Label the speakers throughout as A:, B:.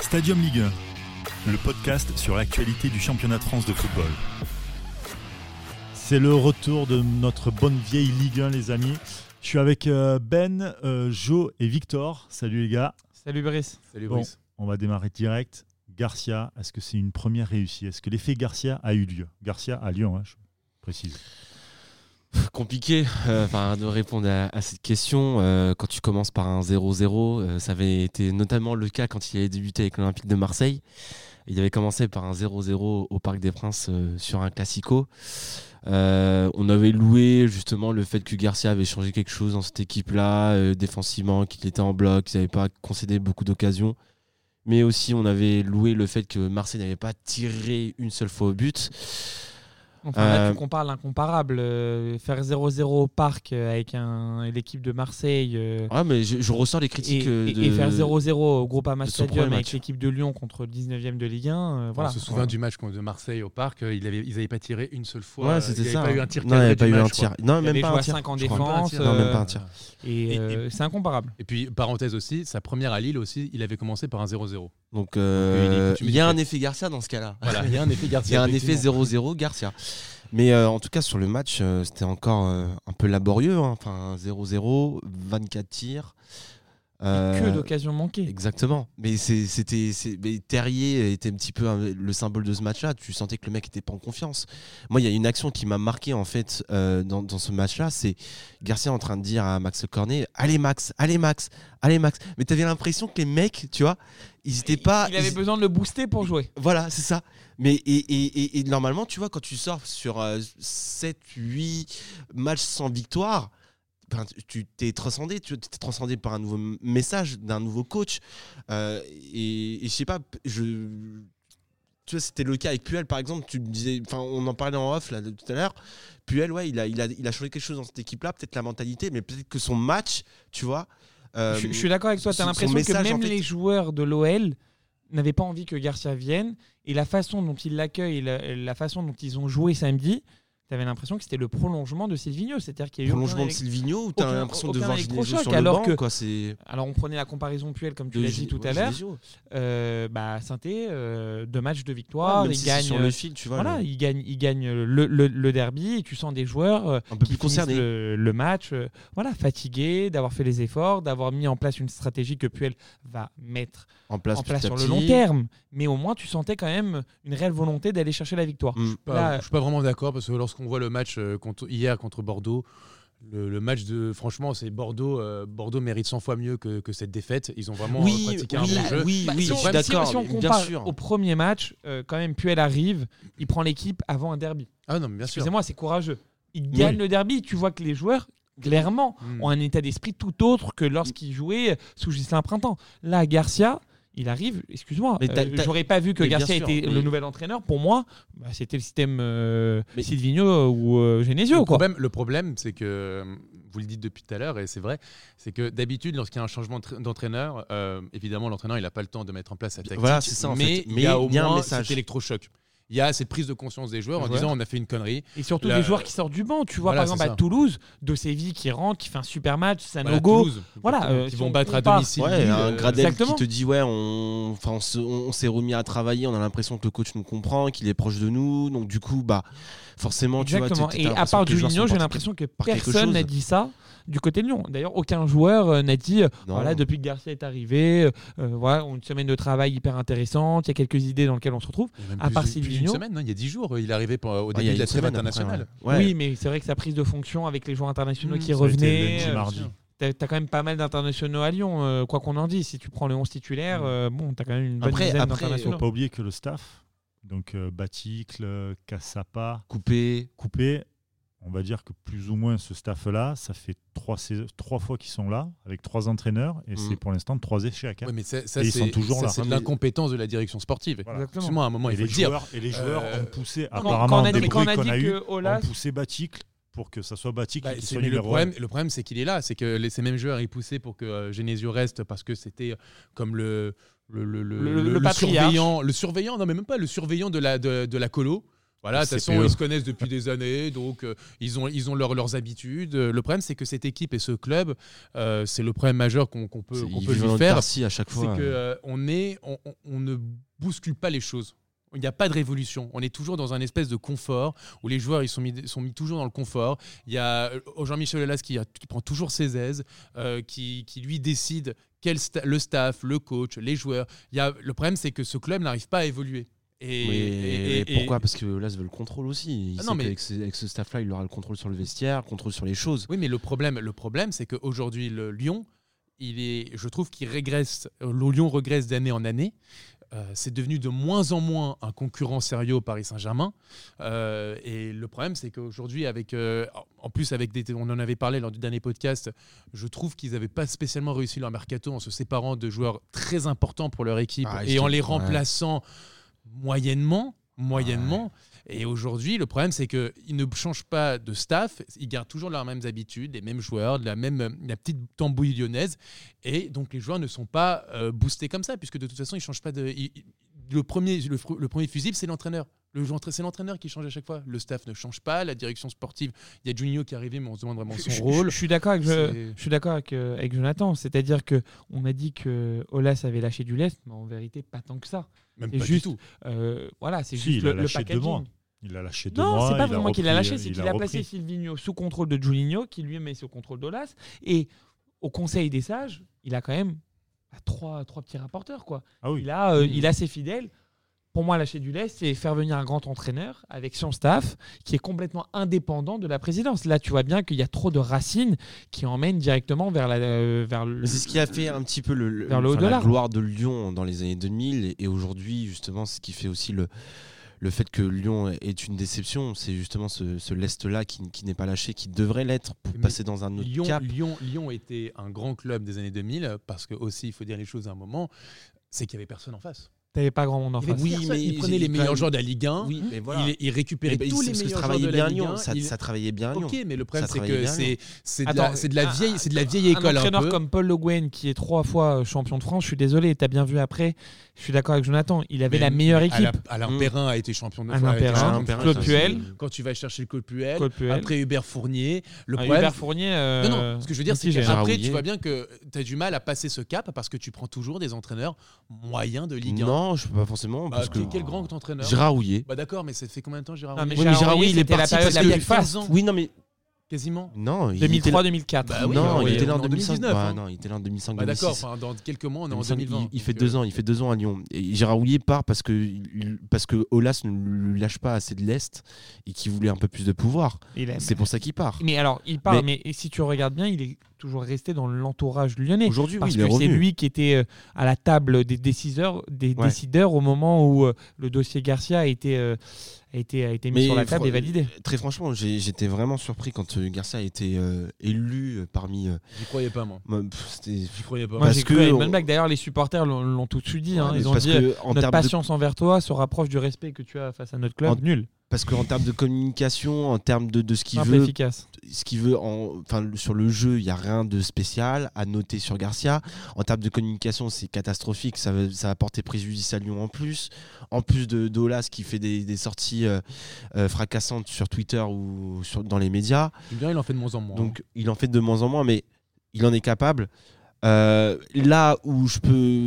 A: Stadium Ligue 1, le podcast sur l'actualité du championnat de France de football.
B: C'est le retour de notre bonne vieille Ligue 1, les amis. Je suis avec euh, Ben, euh, Jo et Victor. Salut les gars.
C: Salut Brice.
D: Salut
B: Bon.
D: Brice.
B: On va démarrer direct. Garcia, est-ce que c'est une première réussite Est-ce que l'effet Garcia a eu lieu Garcia à Lyon, hein, je précise.
E: compliqué euh, enfin, de répondre à, à cette question. Euh, quand tu commences par un 0-0, euh, ça avait été notamment le cas quand il avait débuté avec l'Olympique de Marseille. Il avait commencé par un 0-0 au Parc des Princes euh, sur un classico. Euh, on avait loué justement le fait que Garcia avait changé quelque chose dans cette équipe-là, euh, défensivement, qu'il était en bloc, qu'ils n'avaient pas concédé beaucoup d'occasions. Mais aussi, on avait loué le fait que Marseille n'avait pas tiré une seule fois au but.
C: Enfin, là,
E: Euh,
C: tu compares l'incomparable. euh, faire 0-0 au parc euh, avec un- l'équipe de Marseille euh,
E: Ouais, Ah, mais je, je ressors les critiques
C: et,
E: Oh, euh,
C: et-
E: de...
C: et faire 0-0 au Groupama
E: de son premier
C: Stadium avec
E: match.
C: l'équipe de Lyon contre le 19e de Ligue 1. euh, voilà.
D: On se souvient du match contre de Marseille au parc. euh, il avait- ils n'avaient pas tiré une seule fois. euh,
E: Ouais, c'était
D: il y avait
E: ça. hein.
D: pas eu un tir.
E: Non, il n'y avait
D: cadré
E: pas
D: du
E: eu un
D: match, quoi.
E: tir. Non,
C: Il y
E: même
C: avait
E: pas
C: joué
E: un
C: à
E: tir.
C: 5 en
D: je crois.
C: défense.
D: Pas un tir.
E: Non, même
C: euh,
E: pas un tir.
C: Et,
B: Et-
C: euh, c'est incomparable.
D: Et puis, parenthèse aussi, sa première à Lille aussi, il avait commencé par un 0-0.
E: Donc, euh,
D: tu me
E: il y a
D: dis
E: un
D: que-
E: effet Garcia dans ce cas-là.
D: Voilà, il y a un effet
E: Il y a
D: Garcia.
E: un effet 0-0 Garcia. Mais euh, en tout cas, sur le match, euh, c'était encore euh, un peu laborieux. hein. Enfin, 0-0, 24 tirs. Euh,
C: Que d'occasions manquées.
E: Exactement. Mais c'est- c'était c'est- mais Terrier était un petit peu un- le symbole de ce match-là. Tu sentais que le mec était pas en confiance. Moi, il y a une action qui m'a marqué en fait euh, dans, dans ce match-là, c'est Garcia en train de dire à Max Cornet "Allez Max, allez Max, allez Max." Mais t'avais l'impression que les mecs, tu vois, ils étaient pas
C: Il avait
E: ils-
C: besoin de le booster pour jouer.
E: voilà, c'est ça. Mais et, et- et- et normalement, tu vois, quand tu sors sur 7-8 matchs sans victoire, ben, tu t'es transcendé, tu t'es transcendé par un nouveau m- message d'un nouveau coach. Euh, et, et je sais pas, p- je. Tu vois, c'était le cas avec Puel, par exemple. Tu me disais, enfin, on en parlait en off là, de- tout à l'heure. Puel, ouais, il a, il, a, il a changé quelque chose dans cette équipe-là, peut-être la mentalité, mais peut-être que son match, tu vois. euh,
C: je, je suis d'accord avec toi. Tu as
E: son- son
C: l'impression que
E: message,
C: même
E: en fait-
C: les joueurs de l'OL n'avaient pas envie que Garcia vienne. Et la façon dont ils l'accueillent, et la, la façon dont ils ont joué samedi, tu avais l'impression que c'était le prolongement de Silvino. C'est-à-dire qu'il y a eu aucun
E: prolongement de
C: élec-
E: Silvigno où t'as
C: aucun-
E: l'impression de
C: aucun
E: voir Ginesio
C: électrochoc,
E: sur le
C: alors
E: banc,
C: que-
E: quoi, c'est-
C: Alors on prenait la comparaison Puel, comme tu
E: de
C: l'as
E: Gine-
C: dit tout
E: ouais,
C: à l'heure.
E: Ginesio.
C: Euh, bah, saint deux matchs de victoire,
E: Même
C: ils
E: si c'est
C: gagnent.
E: sur le fil, tu vois.
C: euh, voilà,
E: le-
C: ils gagnent, ils gagnent le, le- le derby et tu sens des joueurs euh,
E: un peu
C: qui
E: plus
C: finissent
E: concerné.
C: le, le match, euh, voilà, fatigués d'avoir fait les efforts, d'avoir mis en place une stratégie que Puel va mettre
E: En place,
C: en
E: petit
C: place
E: à
C: sur le
E: petit.
C: long terme. Mais au moins, tu sentais quand même une réelle volonté d'aller chercher la victoire.
E: Mm.
D: Pas-
C: Là,
D: je suis pas vraiment d'accord parce que lorsqu'on voit le match euh, contre, hier contre Bordeaux, le, le match de franchement c'est Bordeaux. euh, Bordeaux mérite 100 fois mieux que, que cette défaite. Ils ont vraiment
E: Oui,
D: euh, pratiqué
E: oui,
D: un bon jeu.
E: oui,
C: Bah,
E: oui,
C: si
E: je
C: on-
E: suis
C: si-
E: d'accord,
C: Si on
E: mais bien
C: compare
E: sûr.
C: au premier match, euh, quand même, Puel arrive, il prend l'équipe avant un derby.
D: Ah non, mais bien sûr.
C: Excusez-moi, c'est courageux. Il gagne le derby, tu vois que les joueurs, clairement,
D: Mm.
C: ont un état d'esprit tout autre que lorsqu'ils jouaient sous Gislain Printemps. Là, Garcia, il arrive, excuse-moi,
E: Mais t'as-
C: euh,
E: t'as-
C: j'aurais pas vu que
E: Mais bien
C: Garcia
E: sûr,
C: était
E: mais-
C: le nouvel entraîneur. Pour moi, bah, c'était le système euh,
E: Mais-
C: Silvino ou euh, Genesio.
D: Le
C: Quoi.
D: problème, le problème, c'est que euh, vous le dites depuis tout à l'heure et c'est vrai, c'est que d'habitude, lorsqu'il y a un changement d'entra- d'entraîneur, euh, évidemment, l'entraîneur il n'a pas le temps de mettre en place sa tactique.
E: Voilà, c'est ça, en
D: mais
E: fait.
D: il
E: Mais
D: y a au
E: il y a un
D: moins
E: message.
D: cet électrochoc. Il y a cette prise de conscience des joueurs en
E: Ouais.
D: disant on a fait une connerie.
C: Et surtout
D: La-
C: des joueurs qui sortent du banc. Tu vois,
D: Voilà,
C: par
D: c'est
C: exemple, à
D: ça.
C: Toulouse, De Séville qui rentre, qui fait un super match,
D: Voilà,
C: Sanogo.
D: Toulouse,
C: Voilà,
D: exactement,
C: euh, si
D: qui
C: on
D: vont battre à
C: compare-
D: domicile.
E: Ouais,
D: Lille,
E: un
D: euh,
E: Gradel
C: exactement.
E: qui te dit ouais, on, enfin, on se- on- on s'est remis à travailler, on a l'impression que le coach nous comprend, qu'il est proche de nous, donc du coup, bah, forcément, tu vois. t'es-
C: Exactement.
E: t'as
C: Et à
E: l'impression
C: part
E: que les joueurs
C: Juninho,
E: sont
C: j'ai
E: partis-
C: l'impression que
E: par quelque
C: personne
E: chose.
C: n'a dit ça du côté de Lyon. D'ailleurs, aucun joueur euh, n'a dit euh,
E: Non.
C: voilà, depuis que Garcia est arrivé, euh, euh, voilà, une semaine de travail hyper intéressante, il y a quelques idées dans lesquelles on se retrouve.
D: il y a même
C: à
D: plus-
C: part
D: plus d'une
C: Silvino.
D: semaine, non, il y a 10 jours, euh, il est arrivé pour- au
E: Ouais, il
D: début
E: y a
D: de la
E: une
D: trêve
E: semaine hein. après,
D: internationale.
E: ouais. Ouais.
C: Oui, mais c'est vrai que sa prise de fonction avec les joueurs internationaux
D: Mmh,
C: qui
D: ça a été
C: revenaient.
B: lundi,
C: euh,
B: mardi.
C: T'as t'as quand même pas mal d'internationaux à Lyon, euh, quoi qu'on en dise. Si tu prends le 11 titulaire, euh, bon, t'as quand même une bonne
E: Après-
C: dizaine
B: Il
E: après,
B: ne faut
C: d'internationaux.
B: pas oublier que le staff, donc euh, Baticle, Cassapa,
E: coupé.
B: Coupé, on va dire que plus ou moins ce staff-là, ça fait trois, sais- trois fois qu'ils sont là, avec trois entraîneurs, et
E: Mm.
B: c'est pour l'instant trois échecs. hein.
D: Ouais, mais ça, ça,
B: Et ils
D: c'est-
B: sont toujours
D: ça,
B: là.
E: hein,
D: c'est de
B: Mais-
D: l'incompétence de la direction sportive.
B: Voilà.
C: Exactement.
D: Excuse-moi, à un moment,
B: et,
D: il faut
B: les
D: le dire.
B: joueurs, et les joueurs
D: Euh,
B: ont poussé,
D: quand-
B: apparemment,
C: quand on a
B: des
C: dit, quand
B: bruits
C: on a
B: qu'on
C: dit
B: a eu,
C: que Olas,
B: ont poussé Baticle pour que ça soit Baticle
D: Bah,
B: qui
D: c'est-
B: soit
D: mais le,
B: numéro un.
D: problème, le problème, c'est qu'il est là. C'est que les- ces mêmes joueurs, ils poussaient pour que euh, Genesio reste parce que c'était euh, comme le, le, le,
C: Le- le patriarche.
D: surveillant. Le surveillant, non, mais même pas le surveillant de la, de, de la colo. Voilà, de
E: CPE.
D: toute façon, ils se connaissent depuis des années, donc euh, ils ont, ils ont leurs- leurs habitudes. Euh, Le problème, c'est que cette équipe et ce club, euh, c'est le problème majeur qu'on qu'on peut,
E: C'est-
D: qu'on
E: ils
D: peut
E: vivent dans
D: lui
E: une
D: faire.
E: tarsie à chaque
D: c'est
E: fois.
D: que euh, on est, on, on- on ne bouscule pas les choses. Il n'y a pas de révolution. On est toujours dans un espèce de confort où les joueurs ils sont mis, sont mis toujours dans le confort. Il y a euh, Jean-Michel Aulas qui, a- qui prend toujours ses aises, euh, qui, qui lui décide quel sta- le staff, le coach, les joueurs. Il y a, le problème c'est que ce club n'arrive pas à évoluer. Et,
E: Mais
D: et- et-
E: pourquoi Parce que là, veut le contrôle aussi. Il
D: Ah
E: sait
D: non, mais-
E: qu'avec ce, avec ce staff-là, il aura le contrôle sur le vestiaire, le contrôle sur les choses.
D: Oui, mais le problème, le problème, c'est qu'aujourd'hui, le Lyon, il est, je trouve qu'il régresse. Le Lyon régresse d'année en année. Euh, c'est devenu de moins en moins un concurrent sérieux au Paris Saint-Germain. Euh, et le problème, c'est qu'aujourd'hui, avec, euh, en plus, avec des, on en avait parlé lors du dernier podcast, je trouve qu'ils n'avaient pas spécialement réussi leur mercato en se séparant de joueurs très importants pour leur équipe
E: Ah,
D: et en
E: je-
D: les
E: ouais.
D: remplaçant moyennement. moyennement. Et aujourd'hui, le problème, c'est qu'ils ne changent pas de staff, ils gardent toujours leurs mêmes habitudes, les mêmes joueurs, de la même la petite tambouille lyonnaise. Et donc, les joueurs ne sont pas euh, boostés comme ça, puisque de toute façon, ils changent pas de. ils- ils- le, premier, le, fr- le premier fusible, c'est l'entraîneur. Le joueur- C'est l'entraîneur qui change à chaque fois. Le staff ne change pas, la direction sportive. Il y a Juninho qui est arrivé, mais on se demande vraiment
C: Je-
D: son
C: je- Je,
D: rôle.
C: je suis d'accord avec, je,
D: C'est-
C: je suis d'accord avec, euh, avec Jonathan. C'est-à-dire que on a dit que Olas avait lâché du lest, mais en vérité, pas tant que ça.
D: Même
C: c'est
D: pas
C: juste-
D: du tout.
C: Euh, voilà, c'est
B: Si,
C: juste
B: il a
C: le, le
B: lâché deux
C: packaging.
B: mois. Il l'a lâché deux
C: Non,
B: mois.
C: c'est pas
B: il a
C: vraiment qu'il a
B: repris,
C: lâché, c'est
B: il
C: qu'il a, placé
B: repris.
C: Silvino sous contrôle de Juninho, qui lui met sous contrôle d'Olas. Et au Conseil des sages, il a quand même bah, trois, trois petits rapporteurs. quoi.
B: Ah oui.
C: Il, a, euh,
D: Mmh.
C: il a ses fidèles. Pour moi, lâcher du lest, c'est faire venir un grand entraîneur avec son staff qui est complètement indépendant de la présidence. Là, tu vois bien qu'il y a trop de racines qui emmènent directement vers, la, euh, vers le.
E: Mais C'est ce qui a fait un petit peu le, le-
C: Vers le haut
E: enfin,
C: de
E: la
C: l'arbre.
E: gloire de Lyon dans les années 2000 et, et aujourd'hui justement ce qui fait aussi le, le fait que Lyon est une déception, c'est justement ce, ce lest-là qui, qui n'est pas lâché, qui devrait l'être pour
D: Mais
E: passer dans un autre
D: Lyon,
E: cap.
D: Lyon, Lyon était un grand club des années 2000, parce que aussi, il faut dire les choses à un moment, c'est qu'il n'y avait personne en face.
C: T'avais pas grand monde en
D: Il y avait
C: face.
E: Oui,
D: personne.
E: mais
D: il
E: ils-
D: prenait
E: ils-
D: les
E: quand
D: meilleurs
E: même-
D: joueurs de la Ligue 1.
E: Oui, mais voilà.
D: Il, il récupérait
E: Eh ben,
D: tous
E: c'est
D: les
E: parce que
D: meilleurs
E: travaillait
D: joueurs de
E: bien
D: la Ligue
E: Lyon,
D: 1.
E: ça,
D: Il-
E: ça travaillait bien
D: Ok,
E: Lyon.
D: mais le problème
E: Ça
D: c'est
E: travaillait
D: que
E: bien Lyon. ah,
D: c'est c'est de,
C: Attends,
D: la- c'est de la
C: un-
D: vieille c'est de la vieille
C: un
D: école un,
C: entraîneur
D: peu.
C: comme Paul Le Guen qui est trois fois euh, champion de France, je suis désolé, t'as bien vu après, je suis d'accord avec Jonathan, il avait
D: Mais-
C: la meilleure
D: Alain-
C: équipe.
D: Alain
E: Mm.
D: Perrin a été champion de
C: Alain
D: enfin, a été
C: Perrin,
D: champion de
E: Perrin,
D: France.
C: Claude Puel.
D: Quand tu vas chercher Claude Puel,
C: Claude Puel.
D: après Hubert Fournier, le
C: Ah,
D: problème.
C: Hubert Fournier. euh,
D: Non, non, ce que je veux dire, c'est
C: mitigé, hein.
E: Gérard
D: qu'après,
E: Houllier.
D: tu vois bien que tu as du mal à passer ce cap parce que tu prends toujours des entraîneurs moyens de Ligue 1.
E: Non, je peux pas forcément
D: Bah,
E: parce que
D: quel grand entraîneur
E: Gérard Houllier.
D: Bah d'accord, mais ça fait combien de temps Gérard
C: Non, mais
D: Houllier
E: Oui, mais Gérard Houllier, il est
C: c'était la
E: parti
C: période
E: parce
C: la
E: que-
C: plus
D: quinze
C: faste.
D: ans.
E: Oui, non mais
D: Quasiment.
E: non, il était là-
C: 2003-2004.
D: Bah oui,
E: non,
D: Gérard
E: il
D: Houllier,
E: était là en
D: on est en
E: 2019.
D: 2019, hein.
E: Ouais, non, il était là en 2005
D: Bah
E: 2006.
D: d'accord, enfin, dans quelques mois, on est en
E: 2005,
D: 2020.
E: Il, il fait
D: donc,
E: deux
D: euh,
E: ans, il fait deux ans à Lyon. Et Gérard Houllier part parce que il- parce que Olas ne lui lâche pas assez de l'est et qu'il voulait un peu plus de pouvoir.
C: Il est-
E: C'est pour ça qu'il part.
C: Mais alors, il parle, mais... si tu regardes bien, il est toujours resté dans l'entourage lyonnais.
E: Aujourd'hui, oui,
C: Parce
E: il est
C: que c'est
E: revenu.
C: lui qui était euh, à la table des décideurs, des
E: Ouais.
C: décideurs au moment où euh, le dossier Garcia a été, euh, a été, a été mis
E: Mais
C: sur la table
E: fr-
C: et validé.
E: Très franchement, j'ai- j'étais vraiment surpris quand euh, Garcia a été euh, élu euh, parmi. euh,
D: J'y croyais pas, moi.
E: moi, pff, c'était-
D: J'y croyais pas.
C: Moi,
E: Parce
C: j'ai cru
E: que
C: à une
E: on-
C: bonne blague. D'ailleurs, les supporters l'ont- l'ont tout de suite dit. hein.
E: Ouais, mais
C: Ils ont
E: parce
C: dit
E: que en
C: notre
E: termes de
C: patience envers toi se rapproche du respect que tu as face à notre club.
E: En-
C: Nul.
E: parce qu'en termes de communication, en termes de, de ce qu'il
C: Simple
E: veut,
C: efficace.
E: ce qu'il veut en, enfin, le- sur le jeu, il n'y a rien de spécial à noter sur Garcia. En termes de communication, c'est catastrophique. Ça va, ça va porter préjudice à Lyon en plus. En plus de Dolas qui fait des, des sorties euh, euh, fracassantes sur Twitter ou sur- dans les médias.
D: Julien, il en fait de moins en moins.
E: Donc il en fait de moins en moins, mais il en est capable. Euh, là où je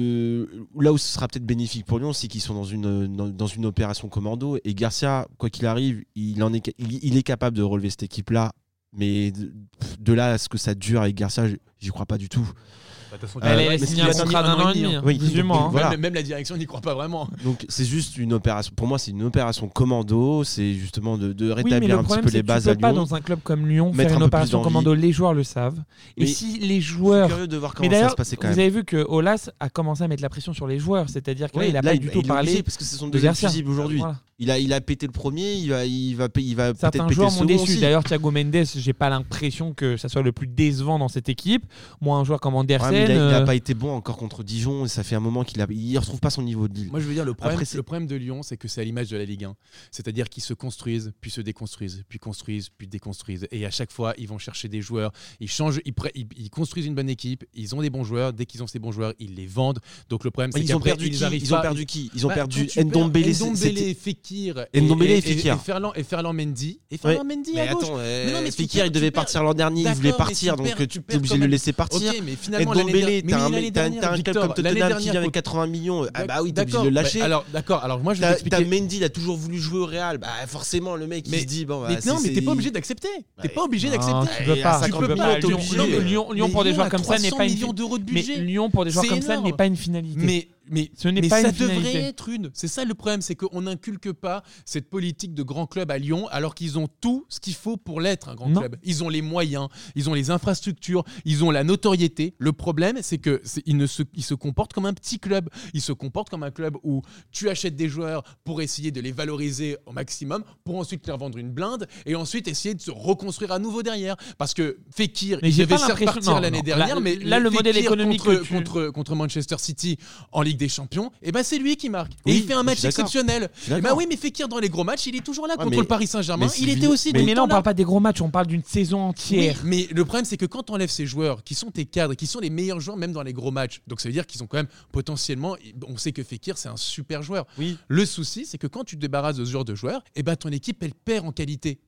E: peux, là où ce sera peut-être bénéfique pour Lyon, c'est qu'ils sont dans une dans, dans une opération commando et Garcia, quoi qu'il arrive, il en est ca- il, il est capable de relever cette équipe là. Mais de, de là à ce que ça dure avec Garcia, j- j'y crois pas du tout.
D: Bah, de toute façon,
E: Euh,
C: Elle
E: ouais,
C: est
E: mais ce
C: signée
E: qu'il
C: un
E: a signé
C: contrat
D: un
C: d'un an
D: an et
C: et demi.
D: demi,
C: hein.
E: Oui,
C: 18
E: donc,
C: mois. hein.
E: voilà.
D: même, même la direction n'y croit pas vraiment.
E: Donc c'est juste une opération. Pour moi, c'est une opération commando. C'est justement de, de
C: Oui, mais
E: rétablir
C: le
E: un petit
C: problème,
E: peu
C: c'est
E: les
C: que tu
E: bases
C: peux
E: à
C: pas
E: Lyon.
C: dans un club comme Lyon faire
E: Mettre
C: une
E: un peu plus
C: opération
E: d'envie.
C: commando. Les joueurs le savent. Et
E: Mais
C: si les
E: Je suis
C: joueurs
E: curieux de voir
C: Mais
E: comment ça va
C: d'ailleurs,
E: se passer quand
C: vous
E: même.
C: avez vu que Olas a commencé à mettre la pression sur les joueurs, c'est-à-dire qu'il
E: Ouais,
C: n'a
E: là,
C: pas du tout
E: il est obligé
C: parlé
E: parce que c'est son
C: de
E: deuxième
C: Garcia.
E: fusible aujourd'hui.
C: Voilà.
E: Il a, il a pété le premier, il va, il va, pa- il va peut-être
C: Certains
E: péter le
C: joueurs m'ont
E: second
C: déçu.
E: aussi.
C: D'ailleurs, Thiago Mendes, j'ai pas l'impression que ça soit le plus décevant dans cette équipe. Moi, un joueur comme
E: Ouais,
C: Andersen,
E: mais il, a, il a
C: euh,
E: pas été bon encore contre Dijon et ça fait un moment qu'il a, il retrouve pas son niveau de Lille.
D: Moi, je veux dire, le problème,
E: Après, c'est-
D: le problème de Lyon, c'est que c'est à l'image de la Ligue 1. C'est-à-dire qu'ils se construisent, puis se déconstruisent, puis construisent, puis déconstruisent. Et à chaque fois, ils vont chercher des joueurs. Ils changent, ils, pré- ils- ils construisent une bonne équipe. Ils ont des bons joueurs. Dès qu'ils ont ces bons joueurs, ils les vendent. Donc le problème, c'est
E: ils ont
D: qu'après,
E: perdu
D: ils
E: qui
D: arrivent
E: Ils ont
D: pas-
E: perdu qui Ils ont
D: Bah,
E: perdu
D: quand tu perds
E: Ndombele. c'est-
D: Ndombele,
E: c'était-
D: Fekir
E: Et Ndombele et Fekir.
D: Et Ferland, et Ferland Mendy. Et Ferland Mendy
E: Mais
D: à gauche.
E: attends, euh,
D: Mais non, mais tu
E: Fekir,
D: perds-
E: il
D: tu
E: devait
D: perds-
E: partir l'an dernier, il voulait
D: D'accord, mais
E: partir,
D: tu
E: donc
D: perds-
E: euh,
D: tu
E: tu es
D: perds
E: obligé
D: quand
E: de le
D: même.
E: laisser partir.
D: Ok, mais
E: Et
D: finalement, l'année
E: Ndombélé,
D: dernière- mais
E: t'as un,
D: l'année
E: mec- t'as-
D: dernière,
E: t'as un club
D: Victor,
E: comme
D: l'année
E: Tottenham qui
D: dernière,
E: vient avec
D: faut-
E: 80 millions. Ah bah oui, t'es obligé
D: D'accord,
E: de le
D: mais
E: lâcher.
D: alors, d'accord, alors moi je vais
E: T'as
D: t'expliquer.
E: t'as Mendy, il a toujours voulu jouer au Real. Bah forcément, le mec, il
D: Mais-
E: se dit bon. bah,
D: Mais non,
E: c'est-
D: mais t'es
E: c'est-
D: pas obligé d'accepter. T'es
E: Ouais.
D: pas obligé
C: Non,
D: d'accepter.
C: Ah, tu
E: Et
C: peux
E: à
C: pas.
E: 50
D: Tu peux
E: millions,
D: pas,
C: Bah,
E: t'es
C: Lyon,
E: obligé.
C: Lyon-
D: Mais
C: Lyon- Lyon
D: Mais
C: pour des
D: Lyon
C: joueurs
D: a
C: comme ça n'est
D: 300
C: pas une
D: millions
C: fi-
D: d'euros de
C: mais
D: budget.
C: Lyon pour des joueurs
D: C'est
C: comme ça n'est
D: énorme.
C: pas une finalité.
D: Mais, mais,
C: Ce n'est
D: mais
C: pas
D: ça
C: une finalité.
D: devrait être une. C'est ça le problème, c'est qu'on n'inculque pas cette politique de grand club à Lyon alors qu'ils ont tout ce qu'il faut pour l'être un grand
C: Non.
D: club. Ils ont les moyens, ils ont les infrastructures, ils ont la notoriété. Le problème, c'est que c'est- ils ne se, ils se comportent comme un petit club. Ils se comportent comme un club où tu achètes des joueurs pour essayer de les valoriser au maximum, pour ensuite leur vendre une blinde et ensuite essayer de se reconstruire à nouveau derrière. Parce que Fekir,
C: Mais
D: il
C: j'ai
D: devait
C: pas
D: se
C: l'impression-
D: repartir
C: non,
D: l'année
C: non.
D: dernière,
C: Là-
D: mais
C: là, le modèle
D: Fekir
C: économique
D: contre,
C: que tu-
D: contre, contre Manchester City en Ligue des Champions, et ben c'est lui qui marque. Et
E: Oui,
D: il fait un
E: je
D: match
E: suis d'accord.
D: exceptionnel.
E: Je suis
D: Et ben
E: d'accord.
D: oui, mais Fekir dans les gros matchs, il est toujours là
E: Ouais,
D: contre
E: mais-
D: le Paris Saint-Germain.
E: mais
D: Il était
E: Sylvie-
D: aussi.
E: mais-
D: dans
C: Mais
D: ce
C: là, on
D: temps-là.
C: parle pas des gros matchs, on parle d'une saison
D: Oui,
C: entière.
D: mais le problème, c'est que quand on enlève ces joueurs qui sont tes cadres, qui sont les meilleurs joueurs même dans les gros matchs, donc ça veut dire qu'ils ont quand même potentiellement. On sait que Fekir, c'est un super joueur.
E: Oui.
D: Le souci, c'est que quand tu te débarrasses de ce genre de joueurs, et ben ton équipe, elle perd en qualité.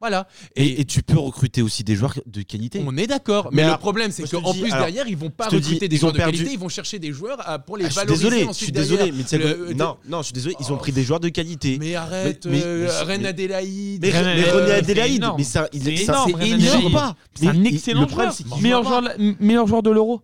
D: Voilà.
E: Et, et tu peux recruter aussi des joueurs de qualité. Ah,
D: On est d'accord,
E: Mais
D: mais, le
E: alors,
D: problème c'est
E: moi, je te
D: qu'en
E: dis,
D: plus
E: alors,
D: derrière ils vont pas
E: je te dis,
D: recruter des
E: ils
D: joueurs
E: ont
D: de
E: perdu-
D: qualité, ils vont chercher des joueurs à- pour les
E: Ah, je suis
D: valoriser
E: désolé, je
D: ensuite
E: suis
D: derrière.
E: désolé, mais Thiago-
D: Le-
E: non, non, je suis désolé, ils ont
D: Oh.
E: pris des joueurs de qualité.
D: Mais arrête,
E: mais-
D: euh,
E: mais-
D: Reine
E: mais-
D: Adélaïde.
E: Mais,
C: René-
E: mais
C: euh,
E: René
C: c'est
E: Adélaïde,
C: énorme.
E: mais ça, il,
C: C'est
E: ça,
C: énorme,
E: c'est
C: René
E: énorme.
C: Adélaïde.
E: pas.
C: C'est
E: Mais
C: un
E: il-
C: excellent
E: le problème,
C: joueur.
E: c'est qu'il joue
C: Meilleur
E: pas.
C: joueur, m- meilleur joueur de l'euro.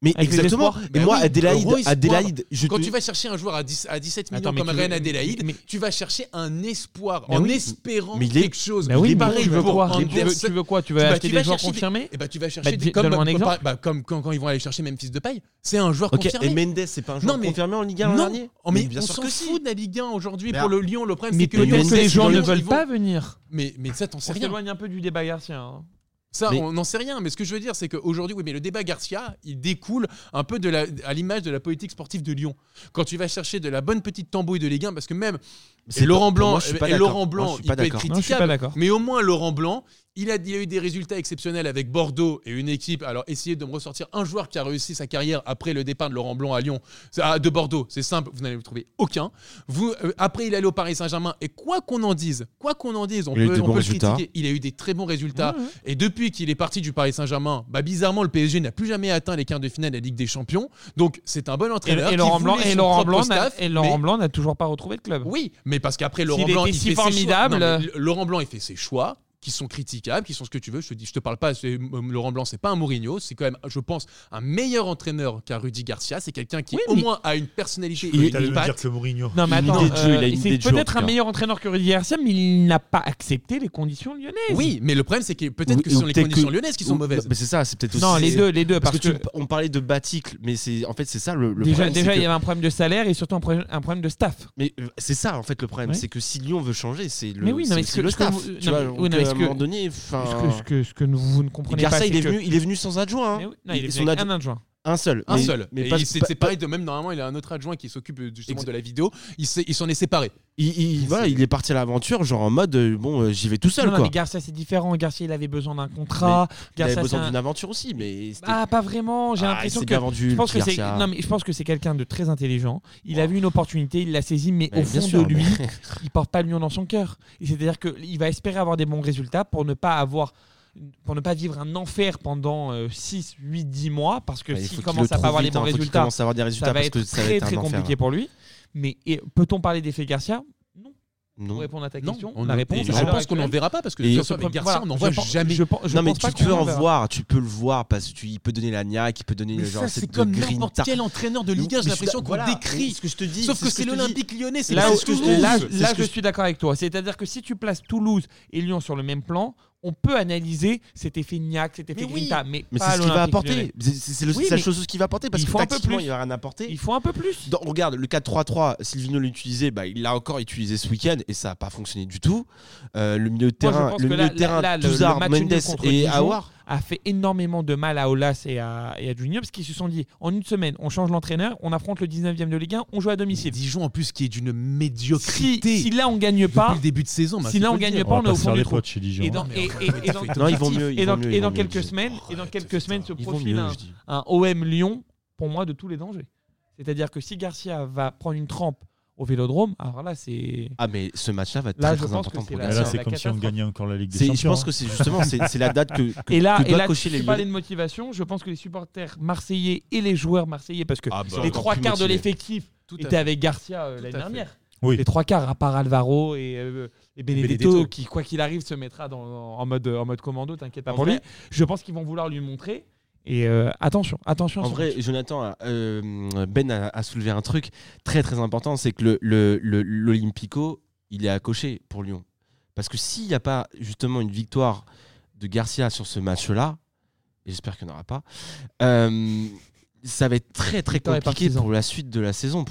E: Mais
C: avec les
E: exactement.
C: espoirs.
E: Et
D: Bah
E: moi,
D: oui,
E: Adélaïde,
D: l'euro, espoir.
E: Adélaïde, je
D: Quand
E: te-
D: tu vas chercher un joueur à, 10 à 17 millions
C: Attends, mais
D: comme
C: tu
D: Reine
C: veux-
D: Adélaïde,
C: mais-
D: tu vas chercher un espoir
C: Mais
D: en
C: oui.
D: espérant
E: Mais il est-
D: quelque chose.
C: Bah oui,
D: Et
C: mais
D: pareil
C: tu veux
D: pour
C: quoi tu veux,
D: Anderson.
C: tu veux quoi Tu veux
D: Tu vas-
C: acheter
D: tu
C: des
D: vas
C: joueurs
D: chercher des-
C: confirmés
D: Eh ben, tu vas chercher
C: Bah,
D: des-
C: dis-
D: comme,
C: donne-moi un
D: comme-
C: exemple.
D: bah, comme quand, quand ils vont aller chercher Memphis Depay, c'est un joueur
E: Ok,
D: confirmé.
E: et Mendes, c'est pas un joueur
D: Non, mais-
E: confirmé en Ligue 1 l'an
D: non, oh,
E: dernier
D: mais,
E: bien
D: on
E: sûr
D: s'en
E: que
D: fout
E: si.
D: de la Ligue 1 aujourd'hui
E: Mais
D: pour le Lyon. Le problème,
C: Mais
D: c'est que Mendes,
C: peut-être que les
D: ils
C: gens ne
D: vont-
C: veulent
D: ils vont-
C: pas venir.
D: Mais, mais ça, t'en sais
C: On
D: rien.
C: s'éloigne un peu du débat Garcia. hein.
D: Ça,
E: Mais-
D: on n'en sait rien. Mais ce que je veux dire, c'est qu'aujourd'hui, oui, mais le débat Garcia, il découle un peu de la, à l'image de la politique sportive de Lyon. Quand tu vas chercher de la bonne petite tambouille de Ligue 1, parce que même et Laurent Blanc,
E: Moi, je suis
D: et-
E: pas
D: et
E: d'accord.
D: Laurent Blanc,
E: Moi, je suis pas
D: il peut être
E: d'accord.
D: critique.
C: Non, je suis pas
D: Critiquable.
C: d'accord.
D: Mais au moins, Laurent Blanc, il a, il a eu des résultats exceptionnels avec Bordeaux et une équipe. Alors, essayez de me ressortir un joueur qui a réussi sa carrière après le départ de Laurent Blanc à Lyon, ah, de Bordeaux. C'est simple, vous n'allez vous trouver aucun. Vous, euh, après, il est allé au Paris Saint-Germain. Et quoi qu'on en dise, quoi qu'on en dise, on
E: Il a eu
D: peut,
E: des
D: on
E: bons
D: peut le
E: résultats.
D: critiquer. Il a eu des très bons résultats. Et depuis qu'il est parti du Paris Saint-Germain, bah, bizarrement, le PSG n'a plus jamais atteint les quarts de finale de la Ligue des Champions. Donc, c'est un
C: Et,
D: bon entraîneur.
C: et
D: qui
C: Laurent Blanc,
D: voulait
C: et
D: son
C: Laurent
D: propre
C: Blanc, n'a-
D: staff,
C: et Laurent
D: mais-
C: Blanc n'a toujours pas retrouvé le club.
D: oui, mais parce qu'après Laurent
C: S'il
D: Blanc,
C: était
D: il
C: si
D: fait ses
C: formidable,
D: choix.
C: euh.
D: mais Laurent Blanc, il fait ses choix qui sont critiquables, qui sont ce que tu veux. Je te dis, je te parle pas. c'est- euh, Laurent Blanc, c'est pas un Mourinho, c'est quand même, je pense, un meilleur entraîneur qu'un Rudy Garcia. C'est quelqu'un qui
C: Oui,
D: au
C: mais-
D: moins a une personnalité.
E: Il
D: et
E: est
D: une
B: T'allais me
D: patte.
B: dire que Mourinho.
C: Non, mais
E: Il a une
C: attends,
E: idée de jeu, il a une
C: c'est
E: idée de jeu, en
C: peut-être
E: tout
C: un
E: cas.
C: meilleur entraîneur que Rudy Garcia, mais il n'a pas accepté les conditions lyonnaises.
D: Oui, mais le problème, c'est que peut-être
E: Ou-
D: que ce
E: ou
D: sont les
E: peut-être que-
D: conditions lyonnaises qui
E: Ou-
D: sont
E: bah,
D: mauvaises.
E: Mais c'est ça, c'est peut-être aussi.
C: Non, les deux, les deux,
E: Parce
C: parce,
E: que tu- on parlait de Baticle, mais c'est en fait c'est ça le, le
C: déjà,
E: problème. c'est
C: déjà, il
E: que-
C: y avait un problème de salaire et surtout un problème, un problème de staff.
E: Mais euh, c'est ça en fait le problème,
C: Ouais.
E: c'est que si Lyon veut changer, c'est le.
C: Mais oui, non,
E: c'est
C: mais
E: aussi
C: ce que-
E: le
C: ce que
E: staff.
C: vous-
E: tu
C: non,
E: vois,
C: mais- oui,
E: donc,
C: non, mais
E: euh,
C: ce
E: à un
C: que-
E: moment donné,
C: Ce
E: enfin.
C: que, ce que- ce que vous ne comprenez pas,
E: Garcia,
C: c'est
E: il est
C: que-
E: venu, il est venu sans adjoint.
C: Mais oui,
E: hein.
C: non, il est
E: Son
C: venu avec
E: adjoint-
C: un adjoint.
E: Un seul.
D: Un
E: mais-
D: seul.
E: Mais
D: Et
E: pas-
D: il- c'est
E: pas-
D: c'est
E: pas-
D: pareil. De même, normalement, il a un autre adjoint qui s'occupe euh, justement
E: Exa-
D: de la vidéo. Il s'est- il s'en est séparé.
E: Il, il- voilà, il est parti à l'aventure, genre en mode euh, bon, euh, j'y vais tout seul
C: Non, non,
E: quoi.
C: mais Garcia, c'est différent. Garcia, il avait besoin d'un contrat.
E: il avait
C: Garcia,
E: besoin
C: c'est un-
E: d'une aventure aussi, mais. c'était-
C: Ah, pas vraiment. J'ai
E: Ah, il
C: l'impression
E: s'est
C: que.
E: bien vendu,
C: Je pense
E: le
C: que
E: petit
C: c'est
E: Garcia.
C: non mais je pense que c'est quelqu'un de très intelligent. Il a vu une opportunité, il l'a saisie, mais
E: Mais
C: au
E: Oh. Bah, bien
C: fond
E: sûr,
C: de lui,
E: mais-
C: il porte pas Lyon dans son cœur. Et C'est-à-dire que il va espérer avoir des bons résultats pour ne pas avoir pour ne pas vivre un enfer pendant euh, 6, 8, 10 mois parce que
E: Ouais, Bah, il faut
C: s'il
E: qu'il
C: commence
E: le
C: à pas avoir
E: trouve
C: les
E: vite, hein,
C: bons
E: faut qu'il
C: résultats,
E: commence à avoir des résultats
C: ça va
E: parce que
C: être
E: ça va
C: très
E: être un
C: très
E: enfer. hein.
C: compliqué pour lui. Mais et peut-on parler d'effet Garcia
E: Non.
C: pour répondre à ta
D: Non,
C: question
D: on-
C: la réponse
E: et
C: à
D: Je
E: Alors,
C: l'heure
D: pense qu'on n'en
C: actuelle,
D: verra pas parce que
E: Et-
D: de toute façon, avec Garcia,
C: voilà,
D: on n'en
C: je
D: voit
C: pense-
D: jamais.
C: Je, pense- je
E: non mais
C: pense
E: tu
C: pas
E: peux
C: qu'on
E: en
C: verra.
E: voir, tu peux le voir parce que tu il peut donner la niaque, il peut donner
D: Mais
E: le
D: ça,
E: genre
D: c'est
E: cette
D: comme
E: grinta.
D: n'importe quel entraîneur de Ligue
E: Mais
D: 1. J'ai
E: je suis
D: l'impression qu'on
E: d'accord, voilà, mais
D: décrit.
E: ce que je te dis.
D: Sauf
E: c'est
D: que
E: ce
D: c'est
E: je te dis.
D: l'Olympique lyonnais, c'est
C: Là,
D: pas
C: où-
D: ce que je
E: te
C: là-
E: dis. C'est
C: là,
E: ce que
C: je
E: je-
C: suis d'accord avec toi. C'est-à-dire que si tu places Toulouse et Lyon sur le même plan, on peut analyser cet effet niaque, cet effet
D: Mais oui.
C: Grinta, mais,
E: Mais
C: pas
E: c'est ce qu'il va
C: l'Olympique
E: apporter.
C: Lyonnais.
E: C'est- C'est c'est le-
C: Oui,
E: c'est la
C: mais
E: chose qu'il va apporter parce
C: il
E: que
C: faut un peu
E: tactiquement
C: plus.
E: il va rien apporter.
C: Il faut un peu plus.
E: Dans- regarde, le 4-3-3, Silvino l'utilisait, bah, il l'a encore utilisé ce week-end et ça n'a pas fonctionné du tout. Euh, le milieu de
C: Moi, je
E: terrain,
C: pense
E: le
C: que
E: milieu
C: là-
E: de terrain,
C: là, là, le- le
E: Touzard,
C: match nul
E: Mendes
C: contre
E: et
C: Dijon,
E: Aouar.
C: A fait énormément de mal à Olas et à, et à Juninho parce qu'ils se sont dit en une semaine, on change l'entraîneur, on affronte le 19e de Ligue 1, on joue à domicile.
D: Dijon en plus qui est d'une
C: Si,
D: médiocrité
C: si là on gagne
D: depuis
C: pas,
D: le début de saison. bah,
C: si là on gagne
B: On
C: pas, on est
B: va
C: au
B: pas se faire
C: fond
B: des
C: du trou.
B: potes chez Dijon.
C: Et dans-
B: hein.
C: et- et- et dans-
E: Non, ils vont mieux.
C: et
E: ils vont
C: dans
E: mieux,
C: et
E: ils
C: dans
E: vont mieux,
C: quelques
E: Dijon.
C: semaines, et
D: Oh,
C: dans quelques semaines se
E: Ils vont
C: profile
E: mieux,
C: un,
E: je dis.
C: un OM Lyon, pour moi, de tous les dangers. C'est-à-dire que si Garcia va prendre une trempe au Vélodrome. Alors là, c'est.
E: Ah, mais ce match-là va être
C: Là,
E: très,
C: je
E: très
C: pense
E: important
C: que
E: pour
C: c'est
E: la
B: Et
C: la
B: là, c'est
C: catastrophe.
B: comme si on gagnait encore la Ligue des
E: C'est-
B: Champions.
E: Je pense
B: hein.
E: que c'est justement c'est c'est la date que, que
C: Et là,
E: tu
C: et
E: dois
C: là
E: cocher les
C: tu parlais
E: lieux.
C: de motivation. Je pense que les supporters marseillais et les joueurs marseillais, parce que
E: Ah, bah,
C: les
E: encore
C: trois
E: plus
C: quarts de
E: motivés.
C: l'effectif
D: Tout à
C: étaient
D: fait.
C: avec Garcia euh,
D: Tout
C: l'année
D: à fait.
C: dernière.
B: Oui.
C: Les trois quarts, à part Alvaro et, euh, et Benedetto,
D: Benedetto.
C: qui, quoi qu'il arrive, se mettra dans, en, mode, en mode commando, t'inquiète pas
E: En
C: pour
E: vrai-
C: lui. Je pense qu'ils vont vouloir lui montrer. Et euh, attention, attention. à
E: En
C: ce
E: vrai,
C: match.
E: Jonathan, a- euh, Ben a, a soulevé un truc très très important, c'est que l'Olympico, le, le, l'Olympico, il est à cocher pour Lyon. Parce que s'il n'y a pas justement une victoire de Garcia sur ce match-là, et j'espère qu'il n'y en aura pas, euh, ça va être très très
C: Victoire et
E: compliqué
C: partisan.
E: pour la suite de la saison.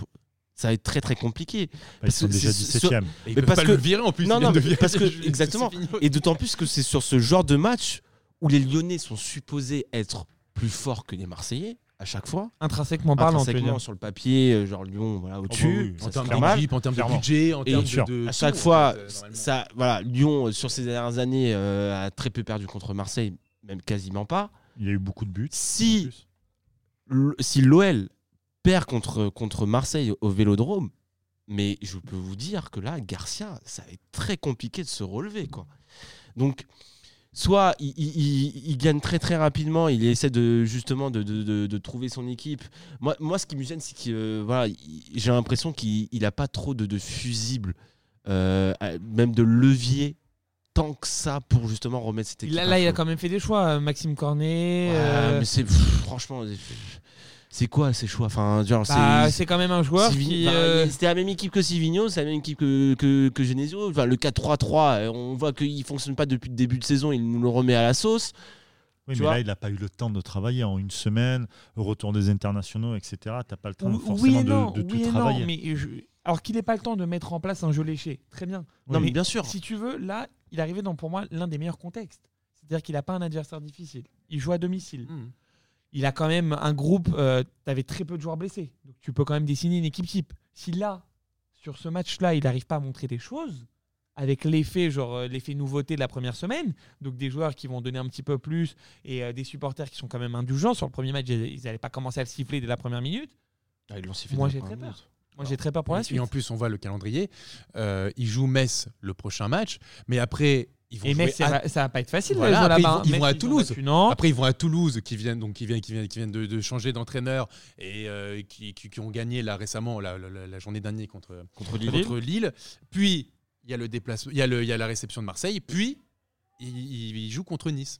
E: Ça va être très très compliqué.
B: Bah, Ils sont
E: parce que
B: déjà
E: c'est-
B: 17 e
D: Et ils
E: Mais
D: peuvent
E: parce
D: pas
E: que-
D: le virer en plus.
E: Non,
D: ils
E: non,
D: viennent de
E: mais
D: virer
E: parce que-
D: Jules
E: exactement.
D: Céphigno.
E: Et d'autant plus que c'est sur ce genre de match où les Lyonnais sont supposés être plus forts que les Marseillais à chaque fois.
C: intrinsèquement parlant, tu veux
E: Intrinsèquement,
C: dire.
E: sur le papier, euh, genre Lyon, voilà,
B: oui, oui.
E: au-dessus. ça
D: Ah bah En
E: se
D: termes
E: fait mal.
D: d'équipe, en termes de
B: Clairement.
D: budget, en
E: Et
D: termes
E: bien
B: sûr.
D: de. de
E: À
D: tout,
E: chaque
D: en
E: fois,
D: fait, euh, normalement.
E: ça, voilà, Lyon euh, sur ces dernières années euh, a très peu perdu contre Marseille, même quasiment pas.
B: Il y a eu beaucoup de buts. en
E: Si
B: plus.
E: l- si l'OL perd contre contre Marseille au Vélodrome, mais je peux vous dire que là, Garcia, ça va être très compliqué de se relever, quoi. Donc Soit il, il- il- il gagne très très rapidement, il essaie de justement de, de- de- de trouver son équipe. Moi, moi, ce qui me gêne, c'est que euh, voilà, il- j'ai l'impression qu'il n'a pas trop de, de fusibles, euh, à- même de levier tant que ça pour justement remettre cette équipe.
C: Là,
E: à
C: là, il a
E: flot.
C: quand même fait des choix. euh, Maxime Cornet.
E: Ouais,
C: euh,
E: mais c'est pff, franchement, c'est- c'est quoi ces choix Enfin, genre,
C: bah,
E: c'est.
C: c'est quand même un joueur
E: Sivigno-
C: qui.
E: enfin,
C: euh,
E: C'était la même équipe que Sivigno, c'est la même équipe que, que, que Genesio. Enfin, le 4-3-3, euh, on voit qu'il fonctionne pas depuis le début de saison, il nous le remet à la sauce.
B: Oui,
E: Tu
B: mais
E: vois
B: là, il n'a pas eu le temps de travailler en une semaine, au retour des internationaux, etc. Tu n'as pas le temps
C: euh, Ou-
B: hein, forcément
C: oui et
B: de-
C: non,
B: de, tout
C: oui et non,
B: travailler.
C: mais je- Alors qu'il n'ait pas le temps de mettre en place un jeu léché, très bien.
E: non,
C: Oui.
E: mais bien sûr.
C: Si tu veux, là, il arrivait dans pour moi l'un des meilleurs contextes. C'est-à-dire qu'il n'a pas un adversaire difficile. Il joue à domicile.
D: Mhm.
C: Il a quand même un groupe. tu avais très peu de joueurs blessés. Donc tu peux quand même dessiner une équipe type. Si là, sur ce match-là, il n'arrive pas à montrer des choses, avec l'effet genre euh, l'effet nouveauté de la première semaine, donc des joueurs qui vont donner un petit peu plus et euh, des supporters qui sont quand même indulgents. Sur le premier match, ils n'allaient pas commencer à le siffler dès la première minute. Moi, j'ai très peur. Moi, j'ai très peur pour la
D: Et-
C: suite.
D: Et en plus, on voit le calendrier. Euh, ils jouent Metz le prochain match, mais après, ils vont
C: Et
D: jouer
C: mec,
D: à-
C: ça va pas être facile.
D: Voilà,
C: là,
D: après,
C: là-bas. hein.
D: ils vont- ils
C: Metz,
D: vont à
C: ont
D: Toulouse.
C: battu Nantes.
D: Après, ils vont à Toulouse, qui viennent, donc, qui viennent, qui viennent, qui viennent de, de changer d'entraîneur et euh, qui, qui- qui ont gagné là, récemment, la, la- la- la journée dernière contre,
E: Contre
D: contre Lille. Puis, il y, a le déplacement, il, y a le- il y a la réception de Marseille. Puis, ils il, jouent contre Nice.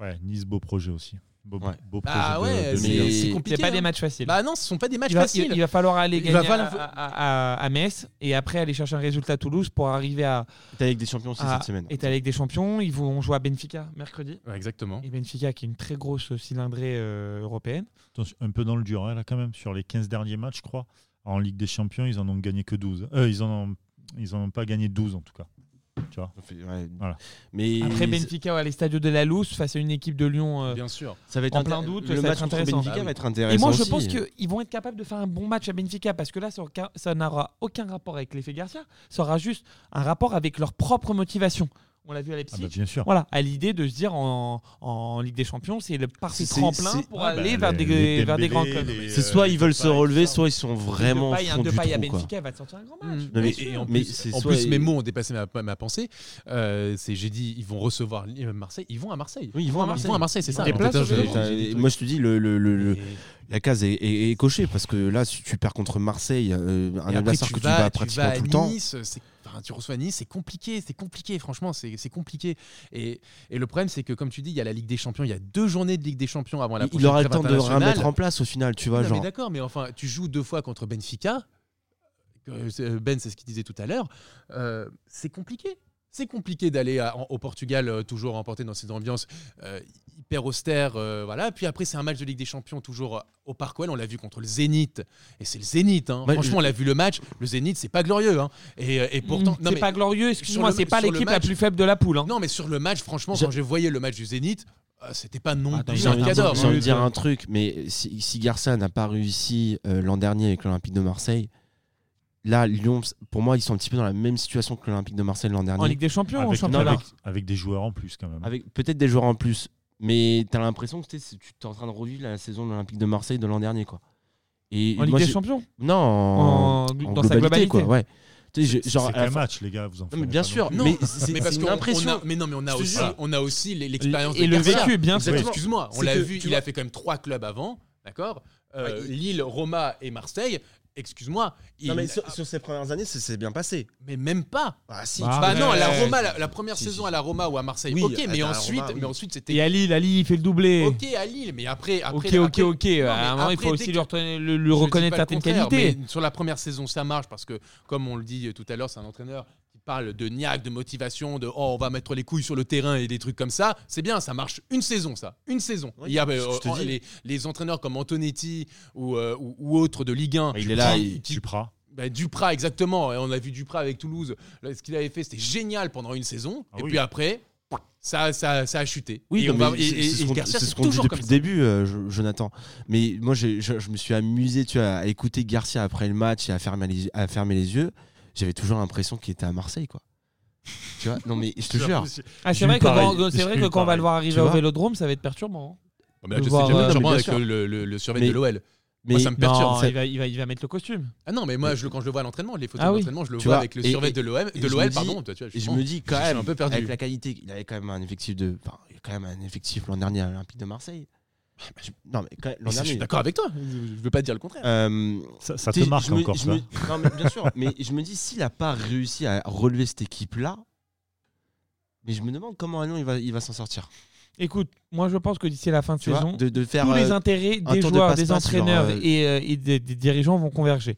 B: Ouais, nice, beau projet aussi. Beau,
E: Ouais.
B: beau projet.
D: Bah
B: de-
D: ouais,
B: de
E: c'est-
C: hein.
B: Ligue 1.
E: c'est
D: c'est
E: compliqué,
D: compliqué.
C: C'est pas des matchs faciles.
D: Bah non, ce sont pas des matchs
C: il, va,
D: faciles.
C: il- il va falloir aller
D: Il
C: gagner
D: va falloir-
C: à, à- à- à Metz et après aller chercher un résultat à Toulouse pour arriver à
E: T'es avec des champions aussi
C: Ah,
E: cette semaine.
C: être avec des champions. Ils vont jouer à Benfica mercredi.
D: Ouais, exactement.
C: Et Benfica qui est une très grosse cylindrée euh, européenne.
B: Attention, un peu dans le dur, hein, là, quand même. Sur les 15 derniers matchs, je crois, en Ligue des Champions, ils en ont gagné que 12. Euh, ils en ont, ils en ont pas gagné 12, en tout cas. Ah
E: Ouais.
B: Voilà.
E: Mais
C: Après
E: ça-
C: Benfica à les stadios de la Luz face à une équipe de Lyon. euh.
D: Bien sûr.
E: ça va être
C: en
E: intér-
C: plein doute,
E: Le
C: ça va
E: match
C: être
E: contre
C: intéressant. Bah
E: Benfica
D: Ah oui.
E: va être intéressant.
C: Et moi je
E: aussi.
C: pense qu'ils vont être capables de faire un bon match à Benfica parce que là ça aura- ça n'aura aucun rapport avec l'effet Garcia. Ça aura juste un rapport avec leur propre motivation. On l'a vu à
B: Ah,
C: Leipzig.
B: bah, bien sûr.
C: Voilà, à l'idée de se dire en, en Ligue des Champions, c'est le parfait
E: C'est-
C: tremplin
E: c'est-
C: pour
B: Ah, bah,
C: aller
B: les-
C: vers, des,
B: les
C: vers
B: Dembélé,
C: des grands clubs.
B: les,
E: C'est
B: euh,
E: soit
B: les
E: ils veulent
B: Depay,
E: se relever,
B: tout ça.
E: soit ils sont vraiment
C: Depay, un
E: fond du
C: Depay à
E: trou. quoi.
C: Benfica va te sortir un grand match.
D: Mhm.
E: Non, mais-
C: bien
E: et
C: sûr.
E: en
D: Mais
E: plus,
D: en
E: soit
D: plus,
E: ils-
D: mes mots ont dépassé ma, ma pensée. Euh, c'est- J'ai dit, ils vont recevoir Marseille. Ils vont à Marseille.
E: Oui, ils vont à
D: Ils
E: Marseille.
D: vont à Marseille, c'est ça.
C: Des
D: Alors,
C: places
D: putain,
C: au
D: j'ai-
C: Vélodrome.
E: Putain,
D: j'ai-
E: et Moi je te dis, le- le- le- le-
D: Et-
E: la case est, est- est cochée parce que là, si tu perds contre Marseille, euh, un
D: Et après,
E: adversaire que tu bats pratiquement
D: à
E: tout le temps.
D: Nice, c'est- enfin, tu reçois Nice, c'est compliqué, c'est compliqué, franchement, c'est c'est compliqué. Et, et le problème, c'est que comme tu dis, il y a la Ligue des Champions, il y a deux journées de Ligue des Champions avant la
E: il-
D: prochaine
E: Il aura le
D: trêve
E: temps de
D: internationale.
E: remettre en place au final, tu vois.
D: Non, mais
E: Genre,
D: D'accord, mais enfin, tu joues deux fois contre Benfica. que c'est- Ben, c'est ce qu'il disait tout à l'heure. euh, c'est compliqué. C'est compliqué d'aller à- en- au Portugal, euh, toujours emporté dans cette ambiance euh, hyper austère. euh, voilà. Puis après, c'est un match de Ligue des Champions, toujours euh, au Parc OL. On l'a vu contre le Zénith. Et c'est le Zénith. hein.
E: Bah,
D: Franchement, on l'a vu le match. Le Zénith, c'est pas glorieux. hein. Et, euh, et pourtant.
C: Mm, c'est
D: non, mais,
C: pas glorieux, excuse-moi,
D: sur le-
C: c'est pas
D: sur le
C: l'équipe la
D: match-
C: plus faible de la poule. hein.
D: non, mais sur le match, franchement,
E: J'ai-
D: quand je voyais le match du Zénith, euh, c'était pas non
C: Attends,
D: plus
E: J'ai
D: un
E: envie, de dire-
D: cador.
E: j'ai envie de dire un truc, mais si, si Garça n'a pas réussi euh, l'an dernier avec l'Olympique de Marseille, là, Lyon, pour moi, ils sont un petit peu dans la même situation que l'Olympique de Marseille l'an
C: En
E: dernier.
C: Ligue des Champions, en
B: Avec,
C: championnat.
B: avec- avec des joueurs en plus, quand même.
E: Avec peut-être des joueurs en plus, mais tu as l'impression que tu es, en train de revivre la saison de l'Olympique de Marseille de l'an dernier. quoi. Et
C: En Ligue
E: moi,
C: des
E: j'ai-
C: Champions
E: Non, en,
C: En-
E: en
C: dans sa globalité.
E: quoi. Ouais. Tu sais, j'ai-
B: Genre,
E: genre,
B: c'est
E: à la
B: qu'un
E: fin-
B: match, les gars, vous en
E: Non,
B: prenez
E: mais bien
B: pas
E: sûr,
B: non
D: Non,
E: Oh, mais
D: mais
E: c'est
D: parce
E: c'est une
D: qu'on- on
E: impression.
D: a- mais non, mais on a
E: Je te
D: aussi,
E: jure.
D: on a aussi l-
C: Et
D: l'expérience de
C: le
D: Garcia.
C: vécu est bien
E: Exactement.
C: fait.
D: Ouais, Excuse-moi, on
E: hein, C'est
D: l'a
E: que,
D: vu,
E: tu
D: il
E: vois-
D: a fait quand même trois clubs avant, d'accord Euh,
E: Ouais,
D: Lille, Roma et Marseille. Excuse-moi, il-
E: Ah, Non, mais
D: mais,
E: sur, sur ces premières années, c'est- c'est bien passé.
D: même pas.
E: Ah si,
C: Bah,
E: tu-
C: Ah,
D: bah
C: ouais.
D: non, à la Roma, la, la première
E: Si,
D: saison
E: si.
D: à la Roma ou à Marseille,
E: Oui,
D: ok,
E: à
D: mais
E: la
D: ensuite,
E: Roma, oui.
D: mais ensuite c'était
C: Et à Lille, à Lille, il fait le doublé.
D: ok à Lille, mais après, après,
C: ok, ok,
D: après,
C: ok.
D: mais
C: À un moment, il
D: après,
C: faut
D: dès
C: aussi
D: que-
C: lui, retourner- le- lui
D: je dis pas
C: reconnaître
D: le
C: certaines
D: contraire,
C: qualités.
D: mais sur la première saison, ça marche parce que, comme on le dit tout à l'heure, c'est un entraîneur qui parle de niaque, de motivation, de oh, on va mettre les couilles sur le terrain et des trucs comme ça. C'est bien, ça marche une saison, ça. Une saison.
E: Oui,
D: Il y a, euh,
E: je te
D: en-
E: dis.
D: les, les entraîneurs comme Antonetti ou, euh, ou, ou autres de Ligue 1.
E: Ah, Il est là,
D: qui-
E: il-
D: qui-
B: Tu prends.
D: bah, Duprat, exactement. Et on a vu Duprat avec Toulouse. Là, ce qu'il avait fait, c'était génial pendant une saison.
B: Ah
D: et
B: oui.
D: puis après, ça, ça, ça a chuté.
E: Oui,
D: et
E: non,
D: on va-
E: mais
D: et-
E: c'est-
D: et-
E: c'est ce
D: et
E: qu'on-
D: Garcia,
E: c'est ce
D: c'est
E: qu'on dit
D: toujours
E: depuis
D: comme
E: le
D: ça.
E: début, euh, je- Jonathan. Mais moi, j'ai- je, je me suis amusé tu vois, à écouter Garcia après le match et à fermer les, à fermer les yeux. J'avais toujours l'impression qu'il était à Marseille, quoi. tu vois Non, mais je te jure.
C: Ah,
B: J'ai
C: c'est
B: eu
C: vrai que
B: pareil.
C: quand, c'est
B: J'ai
C: vrai
B: eu
C: que quand on
B: pareil.
C: va le voir
E: Tu
C: arriver au
E: vois
C: vélodrome, ça va être perturbant. hein.
D: Ah, mais là, je
C: de
D: sais
C: voir,
D: déjà,
C: euh,
D: notamment
E: mais bien
D: avec
E: sûr.
D: euh, le, le, le survêt
E: Mais-
D: de l'OL.
E: Mais
D: Moi, ça me
C: Non,
D: perturbe.
C: il va, il, va, il va mettre le costume.
D: Ah non, mais moi, je, le- quand je le vois à l'entraînement, les photos
C: Ah oui.
D: d'entraînement, je le
E: Tu
D: vois
E: vois,
D: avec le
E: et-
D: survêt
E: et-
D: de l'OM,
E: et
D: de
E: je
D: l'OL,
E: me dis-
D: pardon. Toi, tu vois,
E: Et je
D: prends.
E: me dis quand
D: je suis
E: même,
D: un peu perdu.
E: avec la qualité, il avait quand même un effectif de, enfin, il y a quand même un effectif l'an dernier à l'Olympique de Marseille. Je- non mais quand même, l'an
D: Mais ça, Je suis
E: dernier.
D: d'accord avec toi. Je veux pas dire le contraire.
E: Euh,
B: Ça, ça
E: t'es-
B: te marque
E: je me-
B: encore,
E: je
B: ça.
E: me- non, mais bien sûr. mais je me dis s'il a pas réussi à relever cette équipe là, mais je me demande comment Allon il va, il va s'en sortir.
C: Écoute, moi je pense que d'ici la fin de
E: Tu
C: saison,
E: vois, de, de faire
C: tous les
E: euh,
C: intérêts
E: un
C: des
E: tour de
C: joueurs,
E: passe-passe
C: des
E: sur,
C: entraîneurs
E: euh,
C: et, euh, et des, des dirigeants vont converger.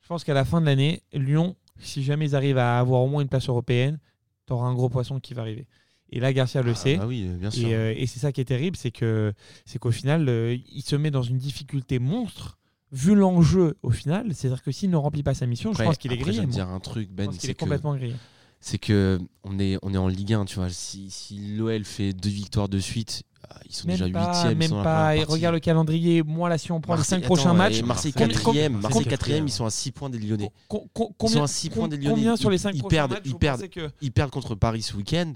C: Je pense qu'à la fin de l'année, Lyon, si jamais ils arrivent à avoir au moins une place européenne, t'auras un gros poisson qui va arriver. Et là, Garcia le
E: ah,
C: sait.
E: bah oui, euh, bien sûr.
C: Et, euh, et c'est ça qui est terrible, c'est que c'est qu'au final, euh, il se met dans une difficulté monstre vu l'enjeu au final. C'est-à-dire que s'il ne remplit pas sa mission,
E: Après-
C: je pense qu'il est
E: après, je
C: grillé.
E: vais te
C: moi.
E: dire un truc,
C: Je
E: Ben,
C: pense qu'il
E: c'est
C: est
E: que,
C: complètement grillé.
E: c'est que on est on est en Ligue 1, tu vois. Si, si l'OL fait deux victoires de suite, ah, ils sont
C: Même
E: déjà
C: pas,
E: huitièmes, ils
C: même
E: sont dans la
C: pas.
E: première
C: Et
E: partie.
C: regarde le calendrier. Moi, là, si on prend
E: Marseille-
C: les 5 prochains
E: attends,
C: matchs,
E: et Marseille
C: combien-
E: 4
C: combien-
E: Marseille
C: combien-
E: 4 ils sont à 6 points des Lyonnais.
C: co- co-
E: Ils sont
C: combien,
E: à 6 points des Lyonnais.
C: combien sur
E: Ils-
C: les 5
E: ils
C: prochains
E: perdent-
C: matchs
E: ils
C: vous
E: perdent-
C: pensez que...
E: Ils perdent contre Paris ce week-end.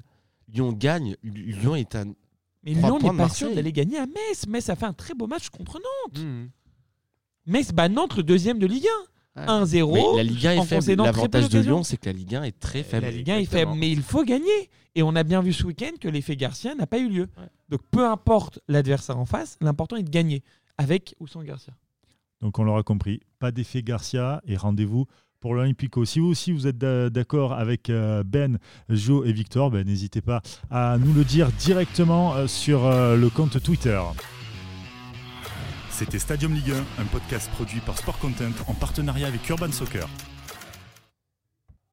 E: Lyon gagne. Lyon est un.
C: Mais
E: Trois
C: Lyon n'est pas
E: points de
C: sûr
E: Marseille.
C: d'aller gagner à Metz. Metz a fait un très beau match contre Nantes.
E: Mm.
D: Mhm.
C: Metz bat Nantes, le deuxième de Ligue 1. 1-0.
E: Mais la Ligue 1 est
C: en
E: faible.
C: concédant très peu
E: L'avantage de
C: d'occasions. Euh,
E: Lyon, c'est que la Ligue 1 est très faible.
C: La Ligue 1 est
E: Exactement.
C: faible, mais il faut gagner. Et on a bien vu ce week-end que l'effet Garcia n'a pas eu lieu.
E: Ouais.
C: Donc peu importe l'adversaire en face, l'important est de gagner avec ou sans Garcia.
B: Donc on l'aura compris, pas d'effet Garcia et rendez-vous pour l'Olympico. Si vous aussi vous êtes d'a- d'accord avec euh, Ben, Joe et Victor, ben, n'hésitez pas à nous le dire directement euh, sur euh, le compte Twitter.
A: C'était Stadium Ligue 1, un podcast produit par Sport Content en partenariat avec Urban Soccer.